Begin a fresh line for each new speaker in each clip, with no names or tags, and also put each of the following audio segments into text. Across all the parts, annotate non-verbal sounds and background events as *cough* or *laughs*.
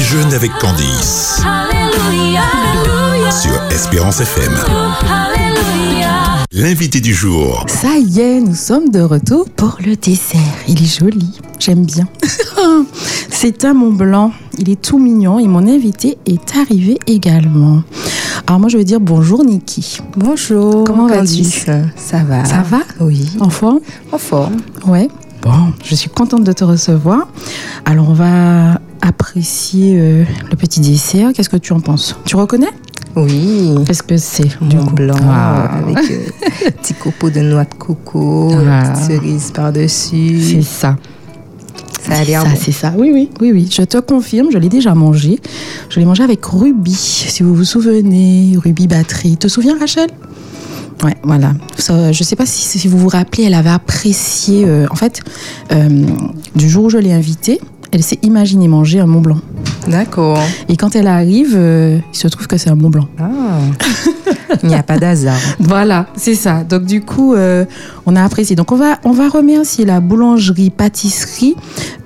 jeûne avec Candice. Sur Espérance FM. L'invité du jour.
Ça y est, nous sommes de retour pour le dessert. Il est joli, j'aime bien. *laughs* C'est un Mont Blanc, il est tout mignon et mon invité est arrivé également. Alors moi je vais dire bonjour Niki.
Bonjour.
Comment vas-tu
Candice. euh, Ça va.
Ça va
Oui.
En forme
En forme.
Ouais. Bon, je suis contente de te recevoir. Alors on va apprécier euh, le petit dessert. Qu'est-ce que tu en penses Tu reconnais
Oui.
Qu'est-ce que c'est
Du blanc
Ah.
avec
*laughs*
euh, petit copeau de noix de coco,
Ah.
petite cerise par-dessus.
C'est ça.
Ça a
C'est
l'air
ça,
bon.
c'est ça. Oui, oui, oui, oui. Je te confirme, je l'ai déjà mangé. Je l'ai mangé avec Ruby, si vous vous souvenez. Ruby Batterie. Te souviens, Rachel Ouais, voilà. Ça, je sais pas si, si vous vous rappelez, elle avait apprécié. euh, en fait, euh, du jour où je l'ai invitée, elle s'est imaginée manger un Mont Blanc.
D'accord.
*laughs* Et quand elle arrive, euh, il se trouve que c'est un Mont Blanc.
Ah. Il n'y a pas d'hasard.
Voilà, c'est ça. Donc du coup, euh, on a apprécié. Donc on va, on va remercier la boulangerie pâtisserie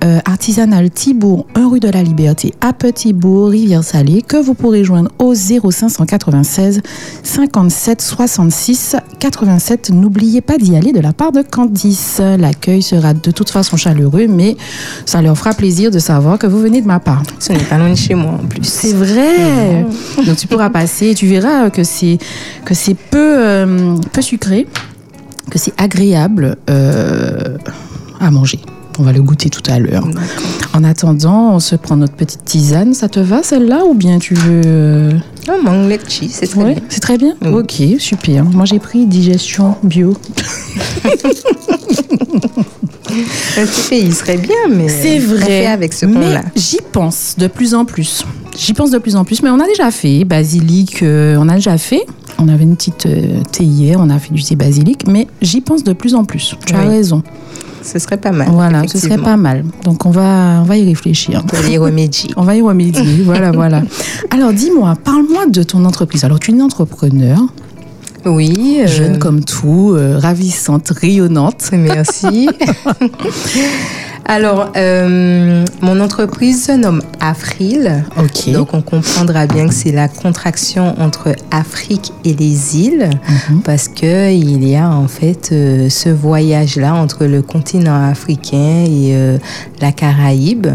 euh, artisanale Thibourg, 1 rue de la Liberté, à Petit-Bourg, Rivière-Salée, que vous pourrez joindre au 0596 57 66 87. N'oubliez pas d'y aller de la part de Candice. L'accueil sera de toute façon chaleureux, mais ça leur fera plaisir de savoir que vous venez de ma part.
Ce n'est pas loin de chez moi en plus.
C'est vrai. Mmh. Donc tu pourras passer, et tu verras que c'est que c'est peu euh, peu sucré, que c'est agréable euh, à manger. On va le goûter tout à l'heure. En attendant, on se prend notre petite tisane. Ça te va celle-là ou bien tu veux euh,
Oh, mangue lecchi, c'est très
ouais,
bien.
C'est très bien.
Oui.
Ok, super. Moi j'ai pris digestion bio.
Un petit pays serait bien, mais
C'est
euh, on
vrai.
fait avec ce
mais
pont-là.
j'y pense de plus en plus. J'y pense de plus en plus, mais on a déjà fait basilic, euh, on a déjà fait. On avait une petite euh, théière, on a fait du thé basilic, mais j'y pense de plus en plus. Tu as
Oui.
raison.
Ce serait pas mal.
voilà, ce serait
effectivement.
pas mal. Donc on va, on va y réfléchir.
Pour les remédier.
On va y
*laughs*
remédier. voilà, voilà. Alors dis-moi, parle-moi de ton entreprise. Alors tu es une entrepreneur,
Oui. euh,
jeune comme tout, euh, ravissante, rayonnante.
Merci. Alors, euh, mon entreprise se nomme Afril.
Ok.
Donc, on comprendra bien que c'est la contraction entre Afrique et les îles, parce que il y a en fait euh, ce voyage-là entre le continent africain et euh, la Caraïbe.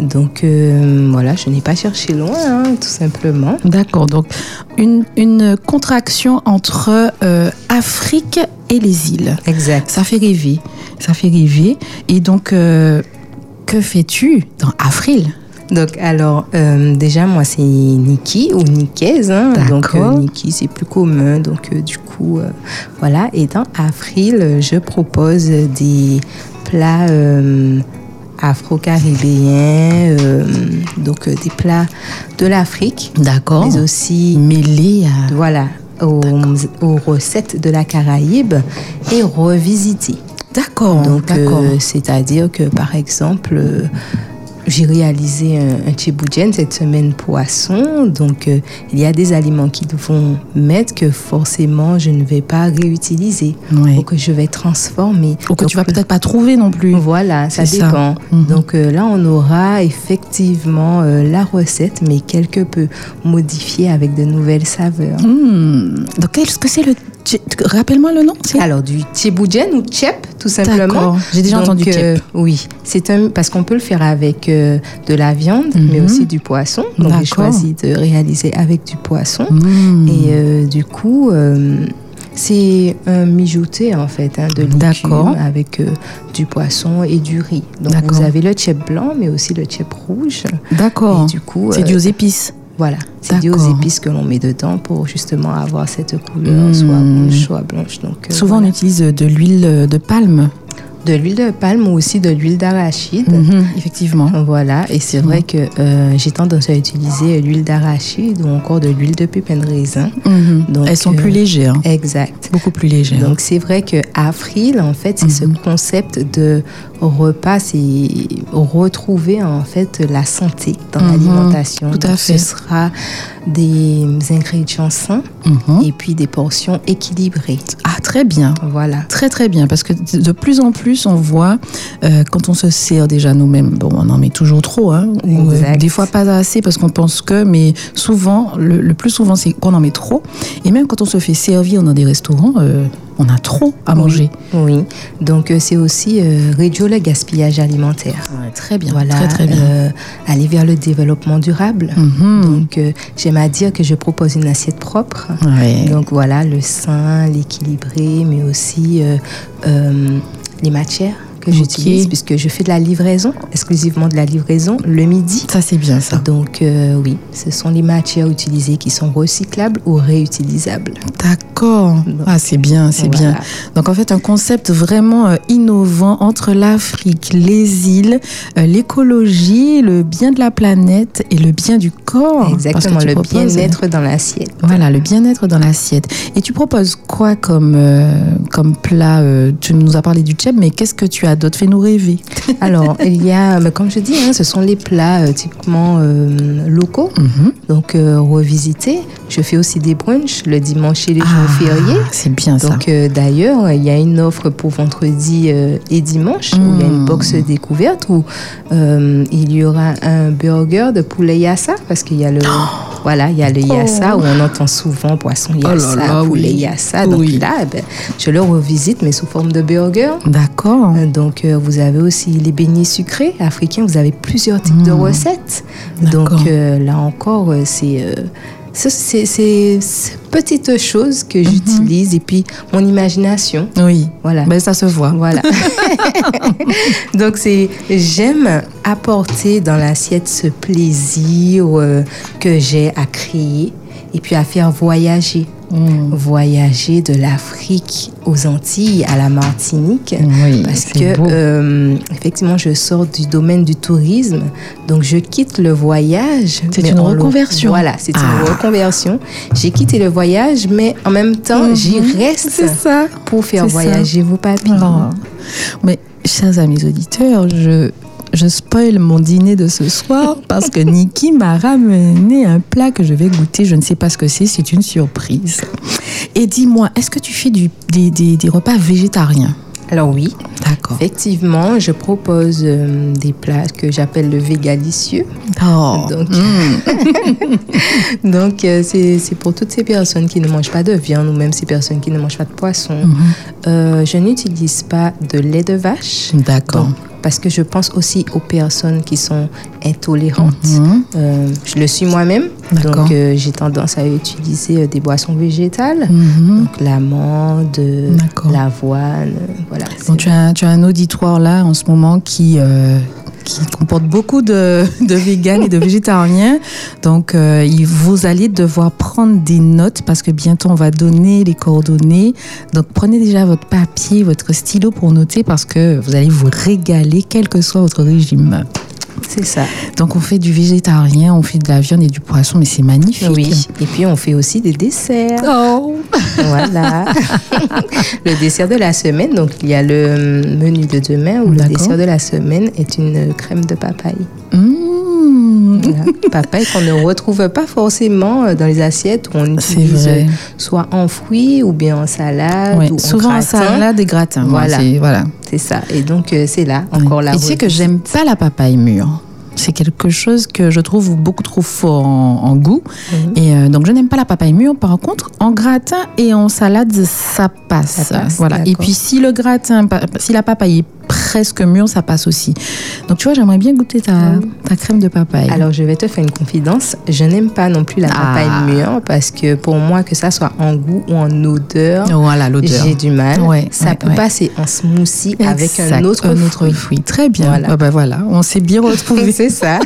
Donc, euh, voilà, je n'ai pas cherché loin, hein, tout simplement.
D'accord, donc une, une contraction entre euh, Afrique et les îles.
Exact.
Ça fait rêver, ça fait rêver. Et donc, euh, que fais-tu dans Afril
Donc, alors, euh, déjà, moi, c'est Niki ou Nikaise. hein. donc,
D'accord.
euh, Niki, c'est plus commun. Donc, euh, du coup, euh, voilà. Et dans Avril, euh, je propose des plats euh, afro-caribéens, euh, donc euh, des plats de l'Afrique,
D'accord.
mais aussi,
Mêlé à...
voilà, aux, aux recettes de la Caraïbe et revisiter.
D'accord,
Donc,
Oh, d'accord.
euh, c'est-à-dire que, par exemple, euh, j'ai réalisé un, un tchiboudienne cette semaine poisson. Donc, euh, il y a des aliments qui vont mettre que forcément, je ne vais pas réutiliser
Ouais.
ou que je vais transformer.
Ou que
Donc,
tu vas peut-être pas trouver non plus.
Voilà, ça
C'est ça.
dépend.
Mhm.
Donc euh, là, on aura effectivement euh, la recette, mais quelque peu modifiée avec de nouvelles saveurs.
Hmm. Donc, qu'est-ce que c'est le... tché- Rappelle-moi le nom. c'est-
Alors, du tchiboudienne ou tchep, tout Ah, simplement.
D'accord, j'ai déjà
Donc,
entendu
euh,
tchep.
oui, c'est un parce qu'on peut le faire avec euh, de la viande, mais
Mhm.
aussi du poisson. Donc j'ai
D'accord.
choisi de réaliser avec du poisson.
Hmm.
Et euh, du coup, euh, c'est un mijoté en fait hein, de
D'accord.
légumes avec euh, du poisson et du riz. Donc
D'accord.
vous avez le tchèp blanc, mais aussi le tchèp rouge.
D'accord.
Et du coup,
Oh, C'est
euh,
dû aux épices.
voilà, c'est dû aux
D'accord.
épices que l'on met dedans pour justement avoir cette couleur, soit
Mhm.
rouge, soit blanche. Donc euh,
Souvent,
voilà.
on utilise de l'huile de palme.
de l'huile de palme ou aussi de l'huile d'arachide.
Mhm, Effectivement.
Voilà, et c'est vrai que euh, j'ai tendance à utiliser l'huile d'arachide ou encore de l'huile de pépins de raisin.
Mhm.
Donc,
Elles sont plus
euh,
légères.
Exact.
Beaucoup plus légères. Mhm.
Donc c'est vrai que Afril, en fait, c'est ce concept de repas, c'est retrouver en fait la santé dans l'alimentation.
Mhm. tout à
Donc,
fait.
Ce sera des ingrédients sains
Mhm.
et puis des portions équilibrées.
Ah, très bien.
Voilà.
Très très bien, parce que de plus en plus on voit euh, quand on se sert déjà nous-mêmes, bon on en met toujours trop, hein, ou euh,
Exact.
des fois pas assez parce qu'on pense que, mais souvent, le, le plus souvent c'est qu'on en met trop, et même quand on se fait servir dans des restaurants, euh, on a trop à manger.
Oui. Donc euh, c'est aussi euh, réduire le gaspillage alimentaire.
très bien,
Voilà.
très très bien.
euh, aller vers le développement durable.
Mhm.
Donc euh, j'aime à dire que je propose une assiette propre.
Ouais.
Donc voilà, le sain, l'équilibré, mais aussi euh, euh, les matières que
Ok.
j'utilise, puisque je fais de la livraison, exclusivement de la livraison, le midi.
Ça c'est bien ça.
Donc euh, oui, ce sont les matières utilisées qui sont recyclables ou réutilisables.
D'accord. Ah c'est bien, c'est
Voilà.
bien. Donc en fait un concept vraiment euh, innovant entre l'Afrique, les îles, euh, l'écologie, le bien de la planète et le bien du corps. parce que
Exactement,
tu
le
proposes- hein.
bien-être dans l'assiette.
*laughs* Voilà, le bien-être dans l'assiette. Et tu proposes quoi comme, euh, comme plat euh, Tu nous as parlé du tchèp, mais qu'est-ce que tu as d'autre Fais-nous rêver.
Alors, il y a, bah, comme je dis, hein, ce sont les plats euh, typiquement euh, locaux,
Mhm.
donc euh, revisités. Je fais aussi des brunchs le dimanche et les jours fériés.
Ah, c'est bien ça.
Donc euh, d'ailleurs, il y a une offre pour vendredi euh, et dimanche où il y a une
Mm.
box découverte où euh, il y aura un burger de poulet yassa parce qu'il y a le
Oh.
voilà, il y a le yassa où on entend souvent poisson
Oh là
yassa,
là, oui.
poulet yassa. Donc
Oui.
là, eh ben, je le revisite mais sous forme de burger.
D'accord.
Euh, Donc, euh, vous avez aussi les beignets sucrés africains. Vous avez plusieurs types de recettes. Donc,
D'accord.
euh, là encore, euh, c'est euh, ce- c'est- c'est- ces petites choses que j'utilise et puis mon imagination.
Oui.
Voilà.
Ben, ça se voit.
Voilà. Donc c'est j'aime apporter dans l'assiette ce plaisir euh, que j'ai à créer et puis à faire voyager. Voyager de l'Afrique aux Antilles, à la Martinique,
Oui,
parce
c'est
que
beau.
euh, effectivement je sors du domaine du tourisme, donc je quitte le voyage.
C'est
mais
une
en lo-
reconversion.
Voilà, c'est
Ah.
une reconversion. J'ai quitté le voyage, mais en même temps j'y reste
Mhm. ça.
pour faire
C'est ça.
voyager vos papilles.
Mais chers amis auditeurs, je, je spoil mon dîner de ce
*laughs*
soir parce que Niki m'a ramené un plat que je vais goûter. Je ne sais pas ce que c'est, c'est une surprise. Et dis-moi, est-ce que tu fais du, des, des- des repas végétariens
Alors oui,
D'accord.
effectivement, je propose euh, des plats que j'appelle le végalicieux.
Oh.
Donc,
Mm.
*laughs* donc euh, c'est c'est pour toutes ces personnes qui ne mangent pas de viande ou même ces personnes qui ne mangent pas de poisson.
Mhm.
Euh, je n'utilise pas de lait de vache.
D'accord.
Donc, parce que je pense aussi aux personnes qui sont intolérantes.
Mhm.
Euh, je le suis moi-même,
D'accord.
donc euh, j'ai tendance à utiliser euh, des boissons végétales,
Mhm.
donc l'amande, euh,
D'accord.
l'avoine, euh, voilà.
Bon,
c'est-
tu, as, tu as un auditoire là en ce moment qui, euh, qui comporte beaucoup de, de véganes et de végétariens. Donc, euh, il- vous allez devoir prendre des notes parce que bientôt on va donner les coordonnées. Donc, prenez déjà votre papier, votre stylo pour noter parce que vous allez vous régaler quel que soit votre régime.
C'est ça.
Donc, on fait du végétarien, on fait de la viande et du poisson, mais c'est magnifique.
Oui. Et puis on fait aussi des desserts.
Oh.
Voilà. *laughs* le dessert de la semaine, donc il y a le hum, menu de demain où le
D'accord.
dessert de la semaine est une euh, crème de papaye.
Mmh. *laughs*
Voilà. papaye qu'on ne retrouve pas forcément euh, dans les assiettes où on
C'est
utilise
vrai.
euh, soit en fruits ou bien en salade
Ouais,
ou
Souvent,
en
en
gratin.
salade et gratin.
Voilà.
Ouais, c'est- voilà.
C'est ça. Et donc euh, c'est là encore
Oui.
la
Et tu sais
recette.
que j'aime pas la papaye mûre. C'est quelque chose que je trouve beaucoup trop fort en, en goût.
Mhm.
Et euh, donc, je n'aime pas la papaye mûre. Par contre, en gratin et en salade, ça passe.
Ça passe,
voilà. Et
d'accord.
puis, si le gratin, pa- si la papaye est presque mûre, ça passe aussi. Donc, tu vois, j'aimerais bien goûter ta, ta crème de papaye.
Mhm. Alors, je vais te faire une confidence. Je n'aime pas non plus la papaye
Ah.
mûre parce que pour moi, que ça soit en goût ou en odeur,
voilà l'odeur.
j'ai du mal.
Ouais,
ça
ouais,
peut
ouais.
passer en smoothie avec un
Exact,
autre, fruit.
fruit. Très bien.
Voilà.
Ah bah voilà, on s'est bien
*laughs*
retrouvés.
C'est ça.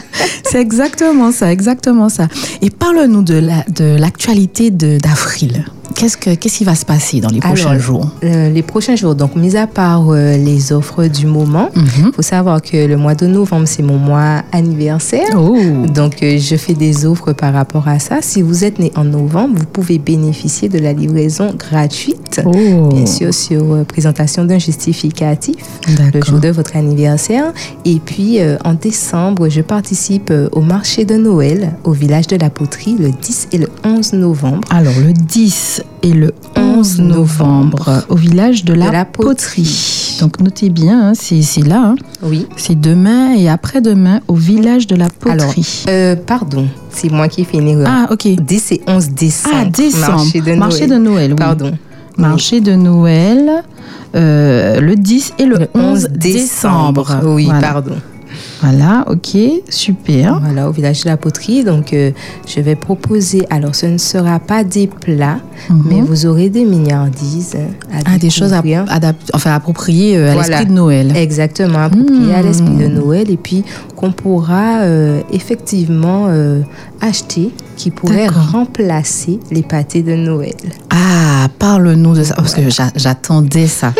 C'est exactement ça, exactement ça. Et parle-nous de la- de l'actualité de d'avril. qu'est-ce, que, qu'est-ce qui va se passer dans les prochains
Alors,
jours
euh, les prochains jours, donc mis à part euh, les offres du moment, il
Mhm.
faut savoir que le mois de novembre, c'est mon mois anniversaire.
Oh.
Donc, euh, je fais des offres par rapport à ça. Si vous êtes né en novembre, vous pouvez bénéficier de la livraison gratuite,
Oh.
bien sûr, sur euh, présentation d'un justificatif le
D'accord.
jour de votre anniversaire. Et puis, euh, en décembre, je participe euh, au marché de Noël au village de la Poterie le 10 et le 11 novembre.
Alors, le 10 et le 11 novembre, au village de la,
De la
poterie.
Poterie.
Donc, notez bien, hein, c'est, c'est là, hein.
Oui.
c'est demain et après-demain, au village de la
Alors,
poterie.
euh, pardon, c'est moi qui ai fait une erreur.
ah, ok.
10 et 11 décembre.
Ah, décembre.
Marché de Noël.
Noël, oui.
Pardon.
Marché de Noël, euh, le 10 et le, 11 décembre.
Oui,
voilà.
pardon.
Voilà, ok, super.
Voilà, au village de la poterie. Donc, euh, je vais proposer. Alors, ce ne sera pas des plats,
Mhm.
mais vous aurez des mignardises à
Ah, des choses à-
découvrir.
adap- enfin, appropriées euh, à
Voilà.
l'esprit de Noël.
Exactement, approprié à
Hmm.
l'esprit de Noël et puis qu'on pourra euh, effectivement euh, acheter qui pourrait
D'accord.
remplacer les pâtés de Noël.
Ah, parle-nous de ça, parce que j'a- j'attendais *laughs* ça.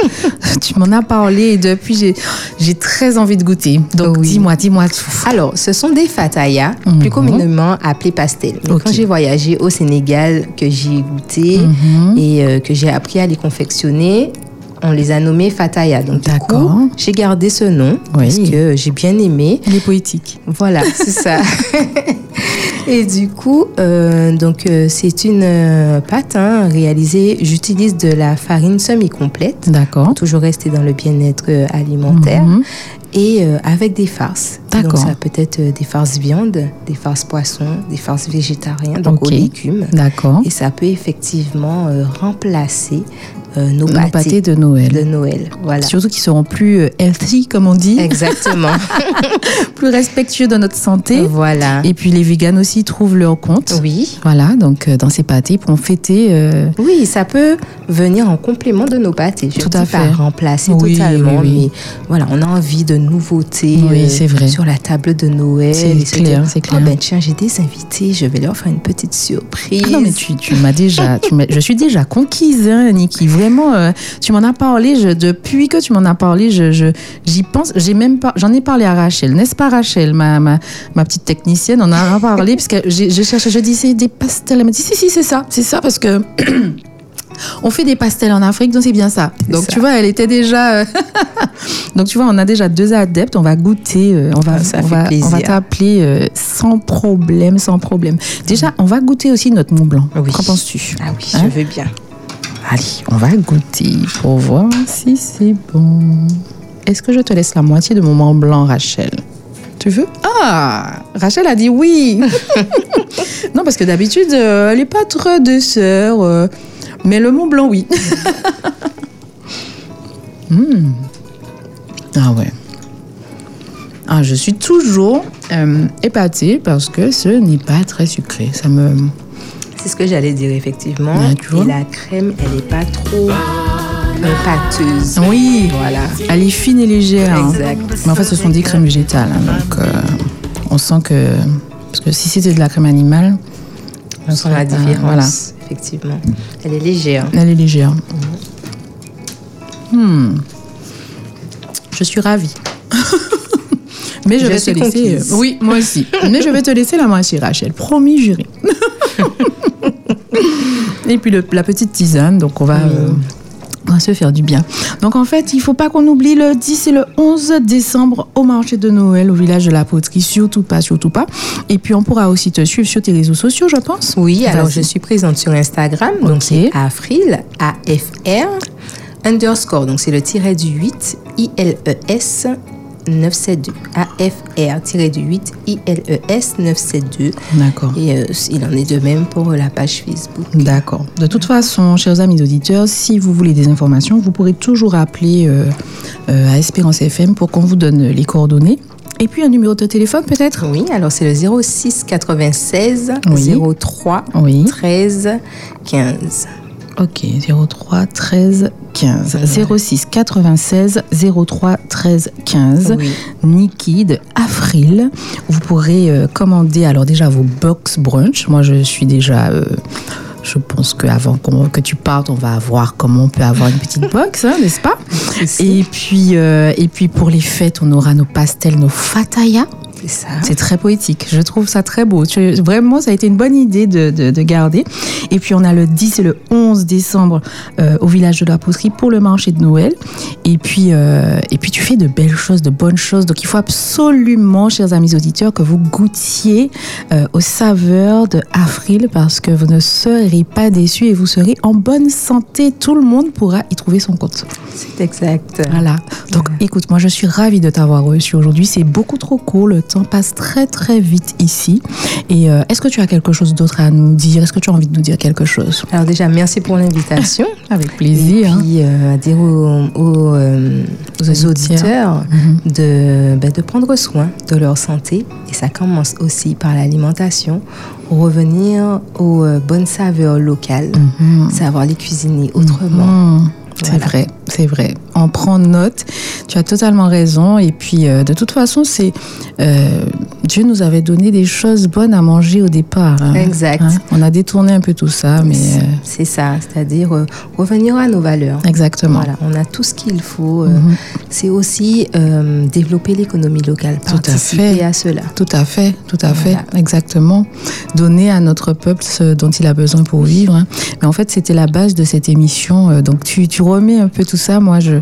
tu m'en as parlé et depuis, j'ai- j'ai très envie de goûter. Donc,
Oui.
dis-moi, dis-moi tout.
Alors, ce sont des fatayas,
Mhm.
plus communément appelés pastels. Mais
Ok.
Quand j'ai voyagé au Sénégal, que j'y ai goûté
Mhm.
et euh, que j'ai appris à les confectionner, on les a nommés fatayas. Donc, du
D'accord.
coup, j'ai gardé ce nom
Oui.
parce que j'ai bien aimé.
Il est poétique.
Voilà, *laughs*
*laughs*
c'est ça. Et du coup, euh, donc euh, c'est une euh, pâte hein, réalisée. J'utilise de la farine semi-complète,
D'accord.
toujours rester dans le bien-être euh, alimentaire,
Mhm.
et euh, avec des farces. Donc,
D'accord.
ça peut être euh, des farces viande, des farces poisson, des farces végétariennes, donc
Ok.
aux légumes.
D'accord.
Et ça peut effectivement euh, remplacer euh, nos,
Nos
pâtés,
pâtés bah, de Noël.
de Noël. Voilà.
Surtout qu'ils seront plus euh, healthy, comme on dit,
Exactement.
*laughs* plus respectueux de notre santé.
voilà.
Et puis les véganes aussi trouvent leur compte.
Oui.
Voilà, donc euh, dans ces pâtés, ils pourront fêter. euh,
Oui, ça peut venir en complément de nos pâtés. Je
Tout
ne
à
dis pas
fait.
remplacer
Oui,
totalement,
oui, oui.
mais voilà, on a envie de nouveautés euh,
Oui, c'est vrai.
sur la table de Noël.
C'est
et se
clair,
dire,
c'est clair.
Ah ben tiens, j'ai des invités, je vais leur faire une petite surprise.
Ah non, mais tu, tu m'as déjà. tu m'as- je suis déjà conquise, hein, Niki. Vraiment, euh, tu m'en as parlé. je- depuis que tu m'en as parlé, je, je- j'y pense. J'ai même pas, j'en ai parlé à Rachel, n'est-ce pas, Rachel, ma, ma, ma petite technicienne. On en a parlé, parce que j'ai- je cherchais, je dis, c'est des pastels. Elle m'a dit, si, si, c'est ça, c'est ça, parce que. *coughs* On fait des pastels en Afrique, donc c'est bien ça. Donc
ça.
tu vois, elle était déjà. euh, donc tu vois, on a déjà deux adeptes. On va goûter. euh, on va,
Ah, Ça
on
fait
va, on va
plaisir.
t'appeler euh, sans problème, sans problème. Déjà, on va goûter aussi notre Mont Blanc.
Oui.
Qu'en penses-tu
Ah oui,
Hein
je veux bien.
Allez, on va goûter pour voir si c'est bon. Est-ce que je te laisse la moitié de mon Mont Blanc, Rachel Tu veux Ah Rachel a dit oui *laughs* Non, parce que d'habitude, euh, elle n'est pas trop de sœur. euh, mais le Mont Blanc, oui. *laughs* Hmm. Ah ouais. Ah, je suis toujours euh, épatée parce que ce n'est pas très sucré. Ça me.
C'est ce que j'allais dire, effectivement.
Ouais, tu vois.
Et la crème, elle n'est pas trop euh, pâteuse.
Oui.
Voilà.
Elle est fine et légère. hein.
Exact.
Mais en fait, ce sont des crèmes végétales. hein, donc, euh, on sent que. Parce que si c'était de la crème animale,
On sent la
Euh,
différence,
voilà.
effectivement. Elle est légère.
elle est légère. Hmm. Je suis ravie. Mais je,
Je
vais
suis
te laisser.
conquise.
euh, oui, moi aussi. Mais je vais te laisser la moitié, Rachel. Promis, juré. *laughs* Et puis le- la petite tisane, donc on va, euh, on va se faire du bien. Donc en fait, il faut pas qu'on oublie le 10 et le 11 décembre au marché de Noël au village de la poterie. Surtout pas, surtout pas. Et puis on pourra aussi te suivre sur tes réseaux sociaux, je pense.
Oui, alors
Vas-y.
je suis présente sur Instagram, donc c'est Afril, A-F-R, underscore, donc c'est le tiret du 8, E I-L-E-S 972. A-F-R, tiret du 8, I-L-E-S 972.
D'accord.
Et euh, il en est de même pour euh, la page Facebook.
D'accord. De toute façon, chers amis auditeurs, si vous voulez des informations, vous pourrez toujours appeler euh, euh, à Espérance FM pour qu'on vous donne les coordonnées. Et puis un numéro de téléphone peut-être
Oui, alors c'est le 06 96
Oui.
03
Oui.
13 15.
Ok, 03 13 15. 06 96 03 13 15.
Oui.
Niki de Afril. Vous pourrez euh, commander alors déjà vos box brunch. Moi, je suis déjà. euh, Je pense qu'avant qu'on- que tu partes, on va voir comment on peut avoir une petite box, hein, n'est-ce pas Et puis, euh, et puis pour les fêtes, on aura nos pastels, nos fatayas.
C'est ça.
C'est très poétique. Je trouve ça très beau. Tu- Vraiment, ça a été une bonne idée de, de- de garder. Et puis, on a le 10 et le 11 décembre euh, au village de la Poterie pour le marché de Noël. Et puis, euh, et puis, tu fais de belles choses, de bonnes choses. Donc, il faut absolument, chers amis auditeurs, que vous goûtiez euh, aux saveurs de Avril parce que vous ne serez pas déçus et vous serez en bonne santé. Tout le monde pourra y trouver son compte. *laughs*
C'est exact.
Voilà. Donc écoute, moi je suis ravie de t'avoir reçu aujourd'hui. C'est beaucoup trop court. Le temps passe très très vite ici. Et euh, est-ce que tu as quelque chose d'autre à nous dire Est-ce que tu as envie de nous dire quelque chose
Alors déjà, merci pour l'invitation.
Avec
Et
plaisir.
puis, euh, à dire aux, aux, euh, aux auditeurs
Mhm.
de, ben, de prendre soin de leur santé. Et ça commence aussi par l'alimentation. Revenir aux euh, bonnes saveurs locales.
Mhm.
Savoir les cuisiner autrement.
Mmh. C'est
Voilà.
vrai, c'est vrai. On prend note. Tu as totalement raison. Et puis, euh, de toute façon, c'est euh, Dieu nous avait donné des choses bonnes à manger au départ. hein.
Exact.
Hein On a détourné un peu tout ça, mais
C'est-
euh,
C'est ça, c'est-à-dire euh, revenir à nos valeurs.
exactement. Mhm.
Voilà, on a tout ce qu'il faut. euh, C'est aussi euh, développer l'économie locale,
Tout à
participer
fait.
à cela.
Tout à fait, tout à fait,
Voilà.
exactement. Donner à notre peuple ce dont il a besoin pour vivre. hein. Mais en fait, c'était la base de cette émission. euh, Donc, tu, tu remets un peu tout ça. Moi, je,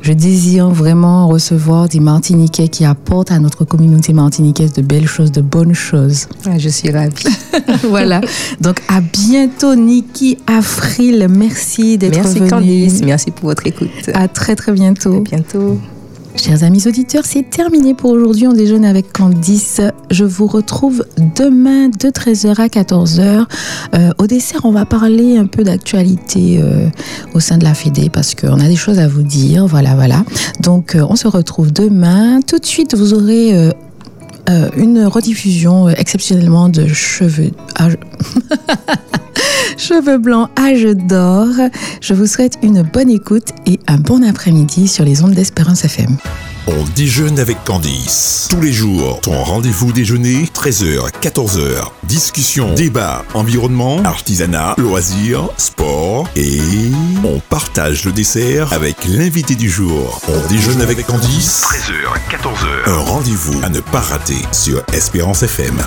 je désire vraiment recevoir des Martiniquais qui apportent à notre communauté martiniquaise de belles choses, de bonnes
*laughs*
choses.
Ah, Je suis ravie.
voilà. Donc, à bientôt, Niki Afril. Merci d'être
Merci
venue.
Candice, merci pour votre écoute.
À très, très bientôt.
à bientôt.
Chers amis auditeurs, c'est terminé pour aujourd'hui. On déjeune avec Candice. Je vous retrouve demain de 13h à 14h. Euh, au dessert, on va parler un peu d'actualité euh, au sein de la FEDE parce qu'on a des choses à vous dire. Voilà, voilà. Donc, euh, on se retrouve demain. Tout de suite, vous aurez euh, euh, une rediffusion euh, exceptionnellement de cheveux. à- *laughs* Cheveux blancs, âge d'or. Je vous souhaite une bonne écoute et un bon après-midi sur les ondes d'Espérance FM.
On déjeune avec Candice. Tous les jours, ton rendez-vous déjeuner, 13h, 14h. Discussion, débat, environnement, artisanat, loisirs, sport. Et on partage le dessert avec l'invité du jour. On déjeune avec Candice.
13h, 14h.
Un rendez-vous à ne pas rater sur Espérance FM.